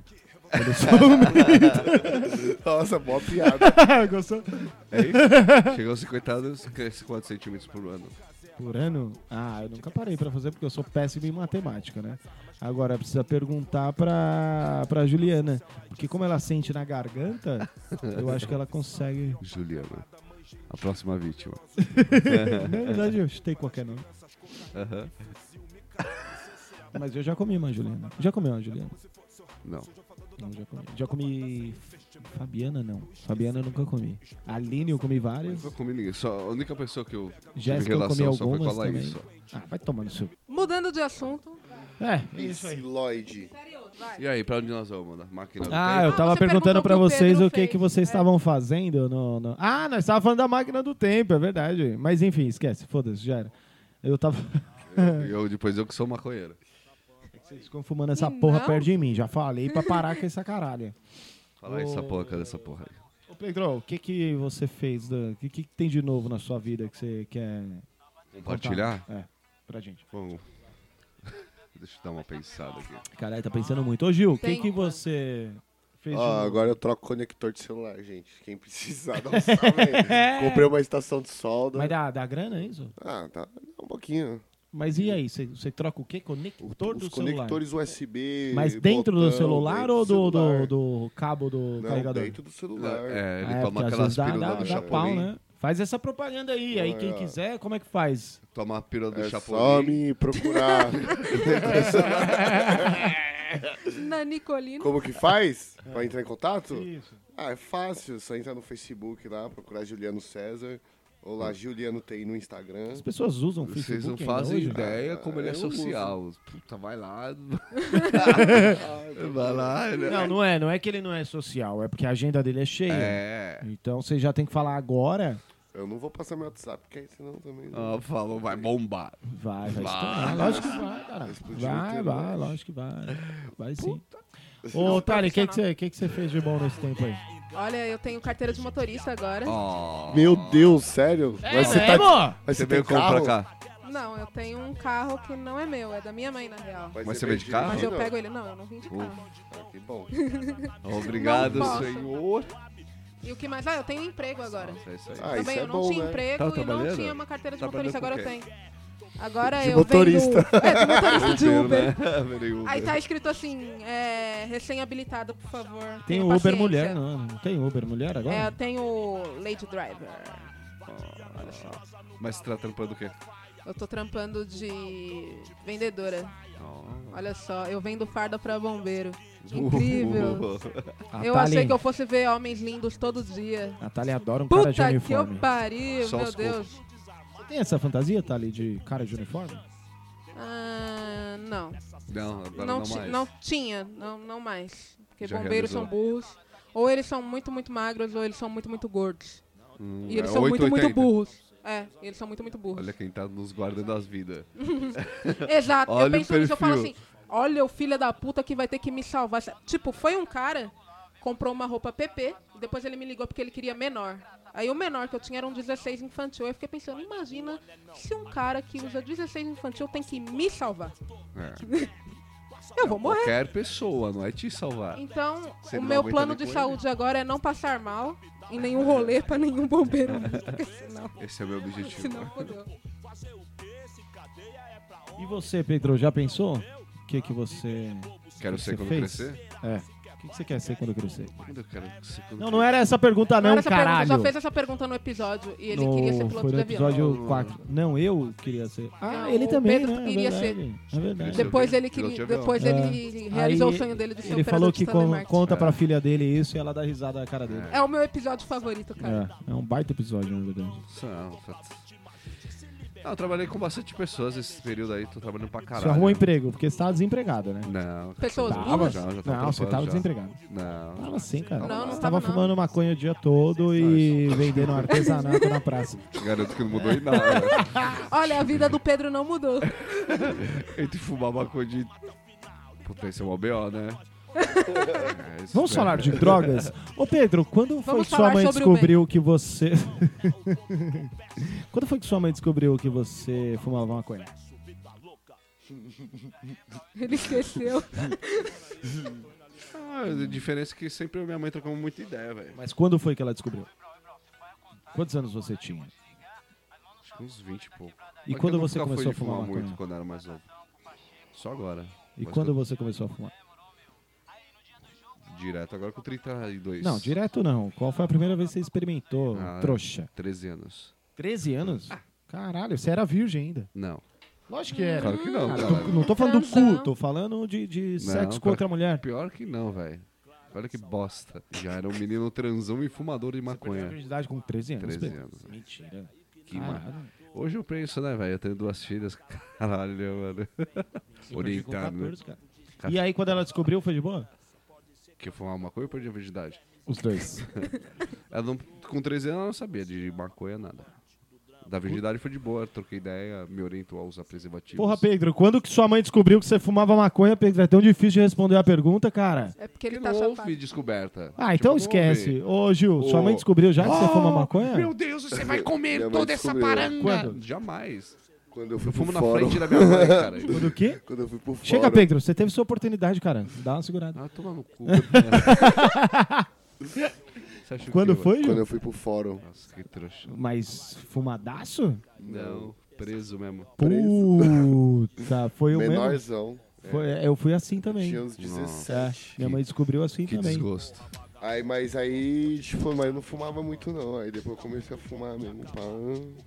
S1: Ele só aumenta.
S2: Nossa, boa piada.
S1: Gostou?
S5: É isso? Chega aos 50 anos, cresce 4 centímetros por ano.
S1: Por ano? Ah, eu nunca parei pra fazer porque eu sou péssimo em matemática, né? Agora precisa perguntar pra, pra Juliana. Porque como ela sente na garganta, eu acho que ela consegue.
S5: Juliana, a próxima vítima.
S1: Na verdade, eu chutei qualquer nome.
S5: Aham.
S1: Mas eu já comi uma Juliana. Já comeu uma Juliana?
S5: Não.
S1: Não, já comi. Já comi. Fabiana não. Fabiana eu nunca comi. Aline eu comi várias.
S5: Nunca comi ninguém. Só, a única pessoa que eu tive
S1: Jéssica é eu comi
S5: relação só foi
S1: algumas
S5: com a
S1: também.
S5: Laís. só.
S1: Ah, vai tomar no seu.
S4: Mudando de assunto.
S1: É.
S2: Isso, Lloyd.
S5: E aí, pra onde nós vamos, mano? Máquina do
S1: Ah, eu
S5: tempo?
S1: tava
S4: você
S1: perguntando
S4: perguntou
S1: pra
S4: o que o
S1: vocês
S4: Pedro
S1: o que,
S4: fez. é.
S1: que vocês estavam fazendo no, no- Ah, nós estávamos falando da máquina do tempo, é verdade. Mas enfim, esquece, foda-se, já era. Eu tava.
S5: Eu, depois eu que sou maconheiro.
S1: Vocês ficam fumando essa porra
S4: Não.
S1: perto de mim, já falei pra parar com essa caralho.
S5: Fala aí, essa porra, cadê essa porra aí?
S1: Ô Pedro, o que que você fez? da- O que, que tem de novo na sua vida que você quer
S5: Compartilhar?
S1: contar? É, pra gente.
S5: Bom, deixa eu dar uma pensada aqui.
S1: Caralho, tá pensando muito. Ô Gil, o que
S4: Tem.
S1: que você fez de
S2: Ó,
S1: novo?
S2: Ah, agora eu troco o conector de celular, gente. Quem precisar, dá um salve. É. Comprei uma estação de solda.
S1: Mas dá, dá grana, é isso?
S2: Ah, tá. Um pouquinho.
S1: Mas e aí, você- você troca o quê? Conector
S2: Os
S1: do celular?
S2: conectores USB.
S1: Mas dentro do
S2: botão,
S1: celular
S2: dentro
S1: ou do,
S2: celular.
S1: do, do cabo do
S2: Não,
S1: carregador?
S2: dentro do celular.
S5: É, ele
S1: Ah,
S5: toma
S1: porque às
S5: aquelas
S1: vezes dá-
S5: pílulas
S1: dá-
S5: do
S1: dá
S5: Chapolin.
S1: pau, né? Faz essa propaganda aí. aí
S2: Ah,
S1: quem
S2: é.
S1: quiser, como é que faz?
S5: Toma a pílula do
S2: É só
S5: Chapolin.
S2: me procurar.
S4: Nanicolino.
S2: Como que faz
S5: É.
S2: pra entrar em contato?
S1: Isso.
S2: Ah, é fácil. Só entrar no Facebook lá, procurar Juliano César. Ou
S5: Hum.
S2: lá, Juliano TI no Instagram.
S1: As pessoas usam o Facebook
S5: Vocês não
S1: ainda
S5: fazem
S1: hoje?
S5: ideia como ele
S2: eu
S5: é
S2: uso.
S5: social. Puta, vai lá. vai lá. né?
S1: Não, não é. Não é que ele não é social. É porque a agenda dele é cheia.
S5: É.
S1: Então você já tem que falar agora.
S2: Eu não vou passar meu WhatsApp, porque aí senão também. não-
S5: Ah, falou, vai bombar.
S1: Vai, vai.
S5: Vai.
S1: estourar. Lógico que vai, cara.
S2: explodir
S1: Vai,
S2: inteiro,
S1: vai.
S2: né?
S1: Lógico que vai. Vai sim. Ô, Tali, o que que você que que você fez de bom nesse tempo aí?
S4: Olha, eu tenho carteira de motorista agora.
S5: Ó.
S2: Meu Deus, sério?
S1: É
S2: Mas você tá. Mas
S5: É, Você
S2: você
S5: veio
S2: tem
S5: como
S2: carro?
S5: pra cá?
S4: Não, eu tenho um carro que não é meu, é da minha mãe, na real.
S5: Mas você veio de carro?
S4: Mas eu
S2: não.
S4: pego ele. Não, eu não vim de carro.
S2: Ah, que bom.
S5: Obrigado,
S4: Não posso.
S5: senhor.
S4: E o que mais? Ah, eu tenho um emprego agora.
S5: É isso aí.
S2: Ah, isso
S4: Também
S2: é
S4: eu não
S2: bom, né?
S4: tinha
S2: Tá
S4: emprego
S1: Tá
S5: Tava
S4: e não
S5: trabalhando?
S4: tinha uma carteira de
S5: Trabalhou
S4: motorista, agora eu
S5: com quem?
S4: tenho. Agora
S2: De
S4: eu
S2: motorista.
S4: vendo... É, de motorista de
S5: Uber,
S4: Uber.
S5: né? Virei Uber.
S4: Aí tá escrito assim, é, recém-habilitado, por favor.
S1: Tem
S4: Tenha
S1: o Uber
S4: paciência.
S1: Mulher, não? Não tem Uber Mulher agora?
S4: É, eu tenho Lady Driver. Olha só.
S5: Mas você tá trampando o quê?
S4: Eu tô trampando de vendedora.
S5: Ó.
S4: Olha só, eu vendo farda pra bombeiro. Incrível.
S1: A
S4: É, Eu
S1: Tali-
S4: achei que eu fosse ver homens lindos todo dia.
S1: A Thalia adora um cara de
S4: Puta que
S1: uniforme.
S4: eu pariu,
S5: Só
S4: meu
S5: os
S4: Deus.
S1: Você tem essa fantasia, Thalie, de cara de uniforme?
S4: Ah, não.
S5: Não, agora não,
S4: Não, ti-
S5: mais.
S4: não tinha, não, não mais. Porque
S5: Já
S4: bombeiros
S5: realizou.
S4: são burros. Ou eles são muito, muito magros, ou eles são muito, muito gordos.
S5: Hum,
S4: E eles
S5: é
S4: são muito,
S5: 880.
S4: muito burros. É, eles são muito, muito burros.
S5: Olha quem tá nos guardando as vidas.
S4: Exato,
S5: Olha o
S4: eu penso nisso, eu falo
S5: perfil.
S4: assim, olha o filho da puta que vai ter que me salvar. Tipo, foi um cara, comprou uma roupa PP, e depois ele me ligou porque ele queria menor. Aí o menor que eu tinha era um 16 infantil. Aí eu fiquei pensando, imagina se um cara que usa 16 infantil tem que me salvar.
S5: É.
S4: Eu vou morrer.
S5: Qualquer pessoa, não é te salvar.
S4: Então,
S5: Você
S4: o
S5: não
S4: meu
S5: aguenta
S4: plano
S5: nem
S4: de
S5: com
S4: saúde agora é não passar mal em nenhum rolê pra nenhum bombeiro. Porque senão,
S5: Esse é o meu objetivo.
S4: senão fodeu.
S1: E você, Pedro, já pensou? O que, que você.
S5: Quero
S1: que
S5: ser
S1: você
S5: quando
S1: fez?
S5: crescer?
S1: É. O que, que você quer ser quando crescer?
S5: Quando eu quero ser quando
S4: é.
S1: Não, não era essa pergunta, não,
S4: Agora essa pergunta,
S1: caralho.
S4: já fez essa pergunta no episódio e ele
S1: No-
S4: queria ser piloto
S1: foi no
S4: de avião.
S1: episódio 4. Não, eu queria ser. Ah,
S4: Não,
S1: ele
S4: o
S1: também,
S4: Pedro
S1: né?
S4: queria
S1: é
S4: ser.
S1: verdade. É verdade.
S5: Depois
S4: Depois
S5: Piloto
S4: ele
S5: de
S4: queria,
S5: avião.
S4: depois
S1: É.
S4: ele realizou
S1: Aí
S4: o sonho dele de ser
S1: Ele
S4: operador
S1: falou
S4: de
S1: que con-
S4: telemarketing.
S1: conta pra filha dele isso e ela dá risada na cara dele.
S4: É o meu episódio favorito, cara.
S1: É, é um baita episódio, na verdade.
S5: Não, tá- Não, eu trabalhei com bastante pessoas nesse período aí, tô trabalhando pra caralho.
S1: Você arrumou um emprego, porque você tava desempregado, né?
S5: Não.
S4: Pessoas
S5: Tava,
S4: burras?
S5: já, já
S1: Não, você tava
S5: trampando, já.
S1: desempregado.
S5: Não.
S1: Tava sim, cara.
S4: Não, não
S1: Você
S4: tava,
S1: tava
S4: não.
S1: fumando maconha o dia todo e vendendo artesanato na praça.
S5: Garanto que não mudou em nada.
S4: Olha, a vida do Pedro não mudou.
S5: Entre fumar maconha de... Puta, esse é um OBO, né? É, isso
S1: Vamos
S5: é-
S1: falar de drogas? Ô Pedro, quando foi
S4: Vamos
S1: que sua
S4: falar
S1: mãe
S4: sobre o
S1: descobriu que você. quando foi que sua mãe descobriu que você fumava maconha?
S4: Ele esqueceu.
S5: Ah, a diferença é que sempre minha mãe trocou muita ideia, velho.
S1: Mas quando foi que ela descobriu? Quantos anos você tinha?
S5: Acho que uns 20 e pouco.
S1: E
S5: Mas que
S1: quando
S5: eu
S1: você
S5: nunca fui
S1: começou a
S5: de
S1: fumar maconha?
S5: muito quando eu era mais novo. Só agora.
S1: E
S5: Mas
S1: quando
S5: eu-
S1: você começou a fumar?
S5: Direto, agora com 32.
S1: Não, direto não. Qual foi a primeira vez que você experimentou,
S5: Ah, é.
S1: trouxa?
S5: 13 anos.
S1: 13 anos? Caralho, você era virgem ainda.
S5: Não.
S1: Lógico que era.
S5: Claro que não,
S1: É, Cara,
S5: cara.
S1: tô- não tô falando do cu,
S4: Transão.
S1: tô falando de, de sexo
S5: cara.
S1: com outra mulher.
S5: Pior que não, velho. Olha que bosta. Já era um menino transão e fumador de
S1: Perdeu a
S5: maconha.
S1: virgindade com 13 anos.
S5: 13
S1: Pedro.
S5: anos.
S1: Mentira.
S5: Que ma- Hoje eu penso, né, velho? Eu tenho duas filhas. Caralho, mano. Orientado, né?
S1: E aí, quando ela descobriu, foi de boa?
S5: Que eu fumava maconha ou perdi a virgindade?
S1: Os dois.
S5: Ela não, com 13 anos ela não sabia de maconha nada. Da virgindade foi de boa, troquei ideia, me orientou a usar preservativos.
S1: Porra, Pedro, quando que sua mãe descobriu que você fumava maconha, Pedro? É tão difícil de responder a pergunta, cara.
S4: É porque
S5: Que
S4: ele tá
S5: não
S4: chapado.
S5: houve descoberta.
S1: Ah, então
S5: Tipo, não
S1: esquece.
S5: houve.
S1: Ô, Gil, sua
S5: Ô.
S1: mãe descobriu já que você fuma maconha?
S5: Meu Deus, você vai comer
S2: Minha mãe
S5: toda essa
S2: descobriu.
S5: paranga.
S1: Quando?
S5: Jamais.
S2: Quando eu fui
S5: Eu fumo
S2: pro
S5: na
S2: fórum,
S5: frente da minha mãe, cara.
S1: Quando o quê?
S2: Quando eu fui pro fórum.
S1: Chega, Pedro, você teve sua oportunidade, cara. Dá uma segurada.
S5: Ah, toma no cu. Você acha o
S1: Quando
S5: quê,
S1: foi,
S2: Quando
S1: Gil?
S2: eu fui pro fórum.
S5: mano? Nossa, que trouxa.
S1: Mas fumadaço?
S5: Não, preso mesmo.
S1: Puta, foi o mesmo.
S2: Menorzão.
S1: Foi- eu fui assim
S2: Tinha
S1: também.
S2: uns 17.
S1: É, minha mãe descobriu assim
S5: Que
S1: também.
S5: desgosto.
S2: Aí, mas aí, tipo, mas eu não fumava muito não. Aí depois eu comecei a fumar mesmo. Pá.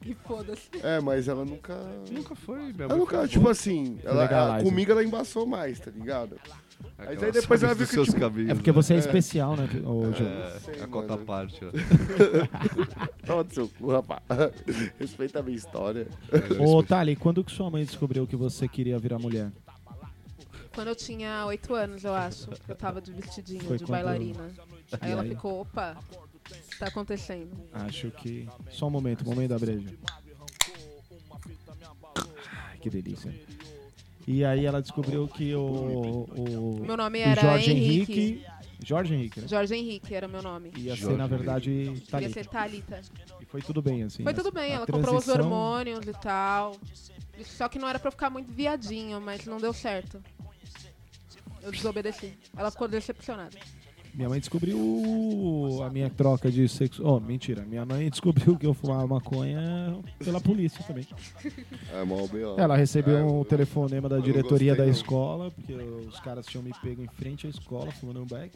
S4: E foda-se.
S2: É, mas ela nunca.
S5: Nunca foi, minha
S2: Ela nunca, tipo assim, ela, ela-
S1: legalizer.
S2: comigo ela embaçou mais, tá ligado?
S5: Mas
S2: aí depois ela viu que,
S5: seus
S2: tipo,
S5: caminhos,
S1: É porque
S5: né?
S1: você é especial, né, ô, Gil?
S5: É,
S2: Sei,
S5: a cota
S2: mano.
S5: à parte. ó.
S2: Toma do seu cu, rapaz. Respeita a minha história.
S1: Ô,
S2: tá-
S1: Thali, quando que sua mãe descobriu que você queria virar mulher?
S4: Quando eu tinha oito anos, eu acho, eu tava de vestidinho,
S1: Foi
S4: de
S1: quando-
S4: bailarina. Aí ela
S1: aí?
S4: ficou, opa, o que tá acontecendo.
S1: Acho que. Só um momento, momento da breja. Ai, que delícia. E aí ela descobriu que o. o
S4: Meu nome
S1: o
S4: era
S1: Jorge
S4: Henrique.
S1: Jorge Henrique, né?
S4: Jorge Henrique era meu nome.
S1: Ia ser,
S5: Jorge
S1: na verdade,
S4: Ia
S1: Thalita.
S4: ser Thalita.
S1: E foi tudo bem, assim.
S4: Foi
S1: a-
S4: tudo bem,
S1: a
S4: ela comprou os
S1: transição-
S4: hormônios e tal. Só que não era pra eu ficar muito viadinho, mas não deu certo. Eu desobedeci. Ela ficou decepcionada.
S1: Minha mãe descobriu a minha troca de sexo. Oh, mentira. Minha mãe descobriu que eu fumava maconha pela polícia também.
S2: É mó B.O.
S1: Ela recebeu
S2: É, eu-
S1: um telefonema da
S2: não
S1: diretoria
S2: gostei,
S1: da
S2: não.
S1: escola, porque os caras tinham me pego em frente à escola, fumando um beck.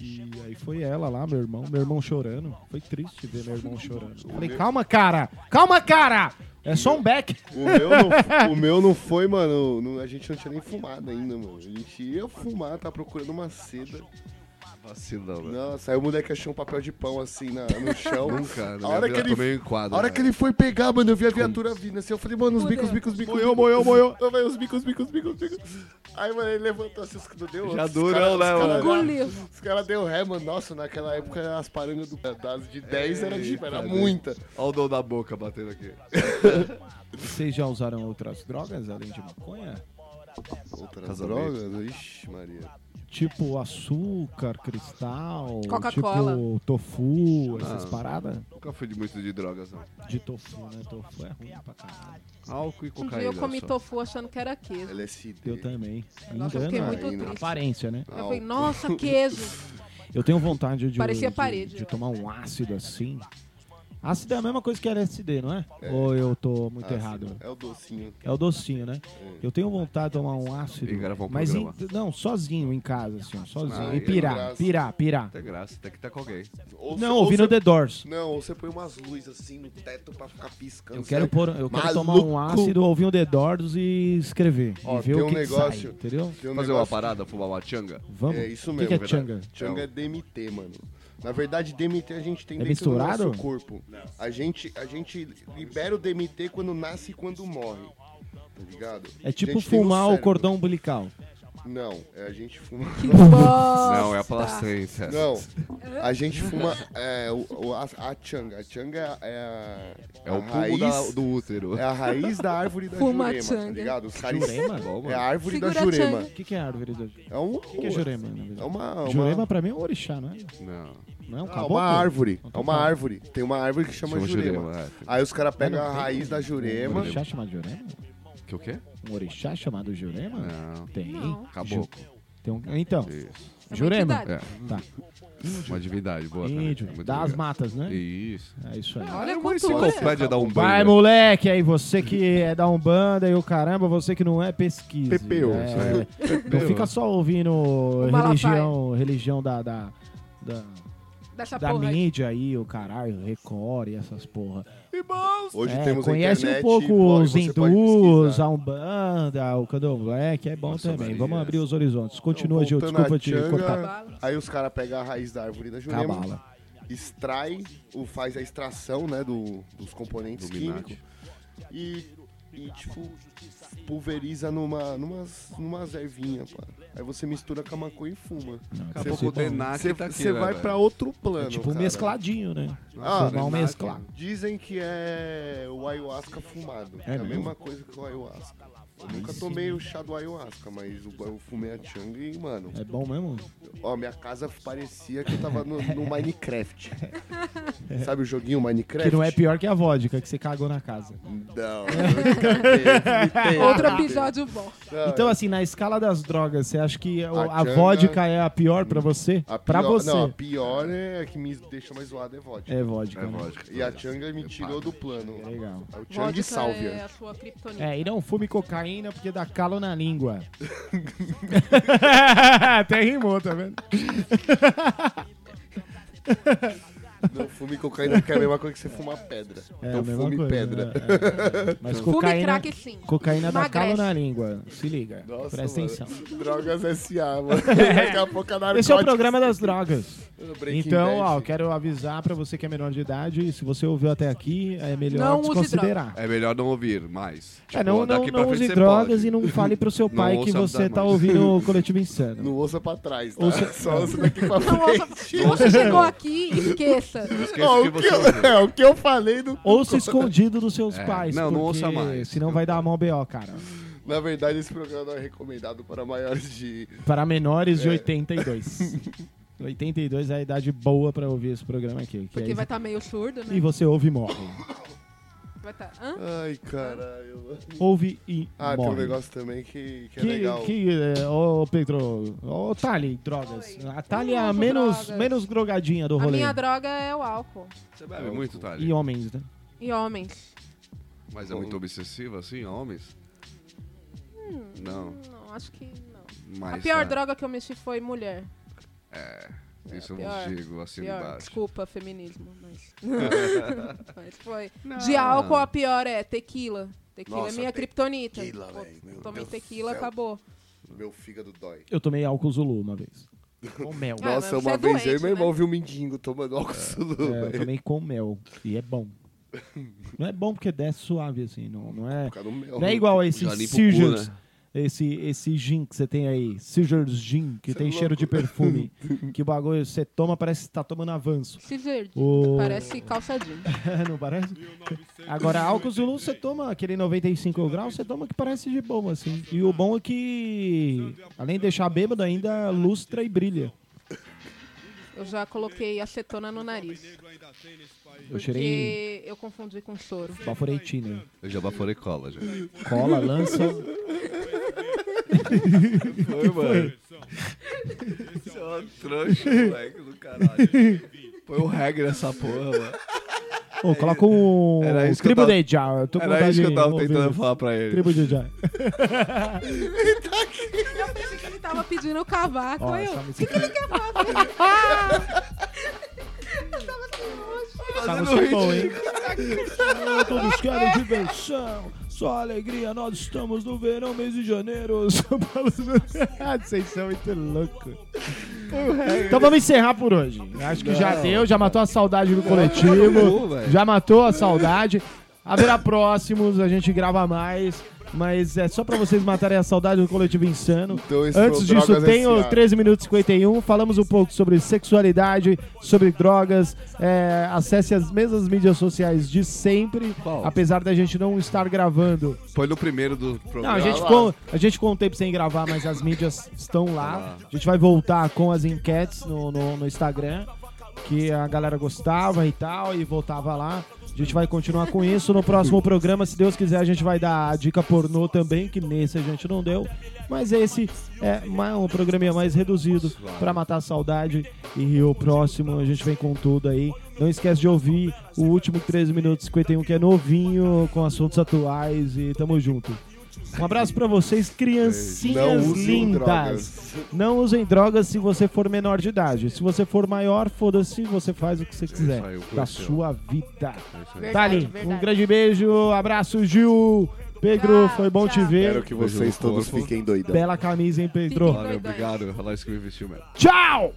S1: E aí foi ela lá, meu irmão, meu irmão chorando. Foi triste ver meu irmão chorando. Falei, calma, cara! Calma, cara! É só um beck!
S2: O meu, não, o meu não foi, mano. não- a gente não tinha nem fumado ainda, mano. A gente ia fumar, tá procurando uma seda.
S5: Vacilão, né? velho.
S2: Nossa, aí o moleque achou um papel de pão assim na, no chão.
S5: Nunca,
S2: A
S5: na
S2: hora,
S5: minha
S2: que
S5: vida
S2: ele,
S5: tomei um enquadro,
S2: a hora
S5: velho.
S2: que ele foi pegar, mano, eu vi a viatura vindo assim. Eu falei, mano, os bicos, os bicos, os bicos. Moiou, moiou, moiou. Eu falei, os bicos, os bicos, os bicos, os bicos. Aí, mano, ele levantou assim, os que não deu.
S5: Já
S2: os
S5: durou,
S2: cara-
S5: né,
S2: os cara-
S4: Engoliu.
S2: Os caras deu ré, mano. Nossa, naquela época as parangas do, das de 10 era, de, era muita.
S5: Olha o dom da boca batendo aqui.
S1: Vocês já usaram outras drogas além de maconha?
S2: Outras
S5: Casamento.
S2: drogas? Ixi, Maria.
S1: Tipo açúcar, cristal,
S4: Coca-Cola.
S1: tipo tofu, essas
S5: Ah.
S1: paradas?
S5: Nunca fui de muito de drogas, não.
S1: De tofu, né? Tofu é ruim pra caralho.
S5: Álcool e
S4: Um
S5: cocaína.
S4: dia eu comi
S5: só.
S4: tofu achando que era queijo.
S2: LSD.
S1: Eu também.
S4: Nossa, eu fiquei
S1: Engana
S4: muito
S2: ainda.
S4: triste.
S1: aparência, né?
S4: Eu falei, nossa, queijo.
S1: Eu tenho vontade de,
S4: Parecia
S1: de-
S4: parede,
S1: de
S4: eu
S1: tomar um ácido assim. Ácido é a mesma coisa que LSD, não é? Ou eu tô muito
S2: Ah,
S1: errado?
S2: sim, É o docinho.
S1: É o docinho, né? Eu tenho vontade de tomar um ácido.
S5: E gravar um
S1: mas em-
S5: programa.
S1: não, sozinho em casa, assim, ó, sozinho.
S2: é,
S5: Ah,
S1: e
S5: eu
S1: pirar,
S2: graço.
S1: pirar, pirar.
S5: Até graça, até que tá com alguém.
S2: Ou
S1: Não,
S2: você- ou
S1: ouvindo
S2: você-
S1: The Doors.
S2: Não, ou você põe umas luzes assim no teto pra ficar piscando.
S1: Eu quero,
S2: sabe?
S1: pôr, eu quero
S2: Maluco.
S1: tomar um ácido, ouvir um The Doors e escrever.
S2: Ó,
S1: e ver
S2: tem
S1: o
S2: um
S1: que, que sai,
S2: negócio-
S1: entendeu?
S2: Tem um
S5: Fazer
S2: negócio-
S5: uma parada, fumar uma tchanga?
S1: Vamos.
S2: É isso
S1: O
S2: mesmo.
S1: que que é
S2: verdade.
S1: tchanga?
S2: Tchanga é DMT, mano. Na verdade, DMT a gente tem
S1: É
S2: dentro
S1: misturado?
S2: do nosso corpo. A gente, a gente libera o DMT quando nasce e quando morre. Tá ligado?
S1: É
S2: A
S1: tipo
S2: gente tem no
S1: fumar o
S2: cérebro.
S1: cordão umbilical.
S2: Não, é a gente fuma.
S5: Não, é a palastrência.
S2: Não, a gente fuma é, o, o- a, a changa. A changa é a.
S5: É
S2: a
S5: o pulo da- do útero.
S2: É a raiz da árvore da
S4: Fuma a
S2: jurema,
S4: tchanga.
S2: tá ligado? Os caras-
S1: Jurema?
S2: É a árvore da
S4: Segura a
S2: jurema.
S1: O que, que é árvore da jurema?
S2: É um.
S1: O que, que é jurema? na verdade?
S2: É uma. uma-
S1: Jurema pra mim é um orixá, não é?
S5: Não.
S1: Não, é um
S2: Ah,
S1: caboclo?
S2: uma árvore.
S1: Não
S2: É
S1: tô
S2: uma
S1: falando.
S2: árvore. Tem uma árvore que chama,
S5: Chama
S2: jurema.
S5: jurema, é.
S2: Aí os caras
S1: Mas
S2: pegam
S1: não
S2: a
S1: tem
S2: raiz da
S1: Um
S2: jurema.
S1: orixá chamado jurema?
S5: Que o quê?
S1: Um orixá chamado jurema?
S5: Não.
S1: Tem.
S4: Não.
S5: Caboclo.
S1: Tem um... Então,
S5: Isso.
S4: uma
S1: jurema.
S4: entidade.
S5: É.
S1: Tá.
S5: Uma divindade, boa. também.
S1: Índio,
S5: Muito
S1: das
S5: legal.
S1: matas, né?
S5: Isso. um
S1: É isso aí.
S4: Olha a
S5: Uma
S4: cultura.
S5: enciclopédia da Umbanda.
S1: Vai, moleque, aí você que é da Umbanda e o caramba, você que não é pesquisa.
S2: PPO, isso
S1: É, não fica só ouvindo
S4: Malafaia.
S1: religião, religião da, da, da,
S4: Dessa
S1: É. da
S4: porra aí.
S1: mídia aí, o caralho, Record e essas porra.
S2: Hoje
S1: É,
S2: temos a
S1: conhece
S2: internet,
S1: um pouco
S2: pode-
S1: os
S2: você pode
S1: hindus,
S2: pesquisar.
S1: a Umbanda, o Candomblé, que é bom
S5: Nossa,
S1: também.
S5: Maria.
S1: Vamos abrir os horizontes. Continua, Gil,
S2: Então,
S1: desculpa
S2: Voltando à
S1: te
S2: tchanga,
S1: cortar. Tá
S4: Cabala.
S2: Aí os caras pegam a raiz da árvore da jurema,
S1: Cabala.
S2: extrai, o, faz a extração né, do, dos componentes
S5: Do
S2: químicos
S5: Minati.
S2: e, e, tipo, pulveriza numa, numas, numas ervinhas, pá. Aí você mistura com a maconha e fuma.
S1: Não,
S5: Caboclo
S1: você-
S5: Denac
S2: Você
S5: tá aqui,
S2: você
S5: né,
S2: vai
S5: velho?
S2: pra outro plano,
S1: Tipo um
S2: cara.
S1: mescladinho, né?
S2: Ah,
S1: Fumar um
S5: Denac.
S1: mesclado.
S2: Dizem que é o ayahuasca fumado.
S1: É
S2: É, a
S1: mesmo?
S2: mesma coisa que o ayahuasca. Eu nunca tomei o chá do ayahuasca, mas o- eu fumei a chang e, mano,
S1: É bom mesmo?
S2: Ó, minha casa parecia que eu tava no, no Minecraft. Sabe o joguinho Minecraft?
S1: Que não é pior que a vodka que você cagou na casa.
S2: Não. eu vomitei,
S4: Outro
S2: vomitei.
S4: episódio bom.
S2: Não,
S1: Então, assim, na escala das drogas, você acha que o-
S2: A
S1: a,
S2: Janga-
S1: vodka é a pior pra você?
S2: a
S1: Pra
S2: pior-
S1: você.
S2: Não, a pior é a que me deixa mais zoado é vodka.
S1: É vodka,
S5: É
S1: né?
S5: lógico. É
S2: E a Changa me tirou do plano.
S1: Legal.
S2: É o Chang
S4: Vodka
S2: e Sálvia.
S4: é a sua criptonita.
S1: É, e não fume cocaína porque dá calo na língua. Até rimou, tá vendo?
S2: Não fume cocaína porque é a mesma coisa que você fumar pedra.
S1: É,
S2: então
S1: a mesma
S2: fume
S1: coisa,
S2: pedra.
S1: né? É, é. Mas
S4: Fume
S1: cocaína,
S4: crack sim.
S1: cocaína dá calo
S4: Emagrece.
S1: na língua. Se liga.
S2: Nossa,
S1: Presta
S2: mano.
S1: atenção.
S2: Drogas S.A., mano. Daqui a pouco a narcótica.
S1: Esse é o programa das drogas.
S2: Breaking
S1: Então,
S2: Bad.
S1: ó, eu quero avisar pra você que é menor de idade, se você ouviu até aqui, é melhor
S4: Não use
S1: desconsiderar.
S5: É melhor não ouvir mais. Tipo,
S1: É, não, não, não use
S5: você
S1: drogas
S5: pode.
S1: e não fale pro seu
S5: Não
S1: pai que
S5: ouça
S1: você
S5: nada
S1: tá
S5: mais.
S1: ouvindo o Coletivo Insano.
S2: Não ouça pra trás, tá?
S1: é- Ouça-
S2: Só ouça daqui pra
S4: Não, ouça-
S2: frente.
S4: se você chegou aqui, esqueça.
S5: Esqueça
S2: Ó,
S5: que
S2: o, que
S5: você
S2: eu,
S5: ouviu.
S2: é, o que eu falei do
S1: Ouça escondido dos seus
S5: É,
S1: pais.
S5: não, não
S1: porque
S5: ouça mais.
S1: Senão vai dar mão BO, cara.
S2: Na verdade, esse programa não é recomendado para maiores de.
S1: Para menores
S2: É.
S1: de 82. 82 é a idade boa pra ouvir esse programa aqui. que
S4: Porque
S1: aí-
S4: vai estar meio surdo,
S1: E
S4: né?
S1: você ouve e morre.
S4: Vai tá... Hã?
S2: Ai, caralho.
S1: Ouve e
S2: Ah, tem
S1: morre.
S2: um negócio também que, que é
S1: que,
S2: legal.
S1: que, é, ô Pedro, ô Tali, drogas. A Tali é a
S4: Não,
S1: menos,
S4: drogas.
S1: menos drogadinha do
S4: A
S1: rolê.
S4: minha droga é o álcool.
S5: Você bebe muito, Thali?
S1: E homens, né?
S4: E homens.
S5: Mas é muito obsessiva, assim, homens?
S1: Hum.
S5: Não,
S4: Não, acho que não.
S5: mas...
S4: a pior
S5: tá.
S4: droga que eu mexi foi mulher.
S5: Isso eu
S4: pior,
S5: digo, assim,
S4: Pior,
S5: embaixo.
S4: desculpa, feminismo, mas. mas foi. De álcool a pior é tequila. Tequila é
S2: Nossa,
S4: minha criptonita.
S2: tequila,
S4: Pô,
S2: véi, meu
S4: Tomei
S2: Deus do
S4: tequila,
S2: céu.
S4: acabou.
S2: Meu fígado dói.
S1: Eu tomei álcool Zulu uma vez. Com mel.
S4: Ah, mas
S2: Nossa,
S4: você
S2: uma
S4: é
S2: vez
S4: doente,
S2: eu e meu
S4: né?
S2: irmão viu um mendigo tomando álcool sulu,
S1: É, eu
S2: velho.
S1: tomei com mel. E é bom. Não é bom porque desce suave, assim. Não, não é.
S2: Por causa do mel.
S1: Não é igual a esse
S5: Então, tipo, Já limpa o cu,
S1: Seizures.
S5: né?
S1: Esse, esse gin que você tem aí, Seizures Gin, que
S2: Cê é
S1: tem cheiro
S2: louco.
S1: de perfume. que bagulho você toma, parece que tá tomando avanço.
S4: Se verde.
S1: O- É,
S4: Parece calçadinho.
S1: não parece? Agora, álcool Zulu, você toma aquele 95 graus, você toma que parece de bom, assim. E o bom é que, além de deixar bêbado, ainda lustra e brilha.
S4: Eu já coloquei acetona no nariz.
S1: Eu cheirei
S4: Porque eu confundi com soro.
S1: baforeitina.
S5: Eu já baforei cola, já.
S1: Cola, lança.
S5: Foi, mano. Você é uma trouxa, moleque do caralho. Põe o reggae nessa porra, mano.
S1: Ô, coloca um.
S5: Era isso que eu
S1: Tribo
S5: tava-
S1: de Jah. Eu tô com
S5: Era isso que
S1: vontade
S5: eu
S1: de
S5: tava
S1: ouvir
S5: tentando
S1: isso.
S5: falar pra ele.
S1: Tribo de Jah.
S4: Eu pensei que ele tava pedindo o cavaco.
S1: Ó,
S4: aí eu,
S1: essa
S4: o que,
S1: música-
S4: que ele quer fazer? eu tava assim, "Oxe".
S1: Essa música é boa, hein? Ah, Todos querem diversão, só alegria. Nós estamos no verão, mês de janeiro. São Paulo. Ah, Vocês são muito loucos. Então vamos encerrar por hoje. Acho que já deu, já matou a saudade do coletivo. Já matou a saudade. Haverá próximos, a gente grava mais. Mas é só pra vocês matarem a saudade do coletivo insano.
S2: Então, esse foi o
S1: Antes disso,
S2: Drogas
S1: tem o
S2: S.A..
S1: 13 minutos e 51. Falamos um pouco sobre sexualidade, sobre drogas. É, acesse as mesmas mídias sociais de sempre.
S5: Qual?
S1: Apesar da gente não estar gravando.
S5: Foi no primeiro do
S1: Não,
S5: programa.
S1: a gente, ficou, a gente ficou um tempo sem gravar, mas as mídias estão
S2: Tá
S1: lá. A gente vai voltar com as enquetes no, no, no Instagram, que a galera gostava e tal, e voltava lá. A gente vai continuar com isso. No próximo programa, se Deus quiser, a gente vai dar a dica pornô também, que nesse a gente não deu. Mas esse é ma- um programinha mais reduzido pra matar a saudade. E o próximo a gente vem com tudo aí. Não esquece de ouvir o último 13 minutos e 51, que é novinho, com assuntos atuais. E tamo junto. Um abraço pra vocês,
S2: Não
S1: criancinhas
S2: usem
S1: lindas.
S2: drogas.
S1: Não usem drogas se você for menor de idade. Se você for maior, foda-se, você faz o que você quiser
S5: aí, eu fui
S1: da
S5: assim, ó.
S1: sua vida.
S8: Verdade,
S1: Dali, um
S8: verdade.
S1: grande beijo, abraço, Gil. Pedro,
S8: Tchau,
S1: foi bom te
S8: tchau.
S2: Espero
S1: ver.
S2: que vocês todos fiquem doidão.
S1: Bela camisa, hein, Pedro?
S5: Valeu, obrigado. Olha lá isso que me vestiu mesmo.
S1: Tchau!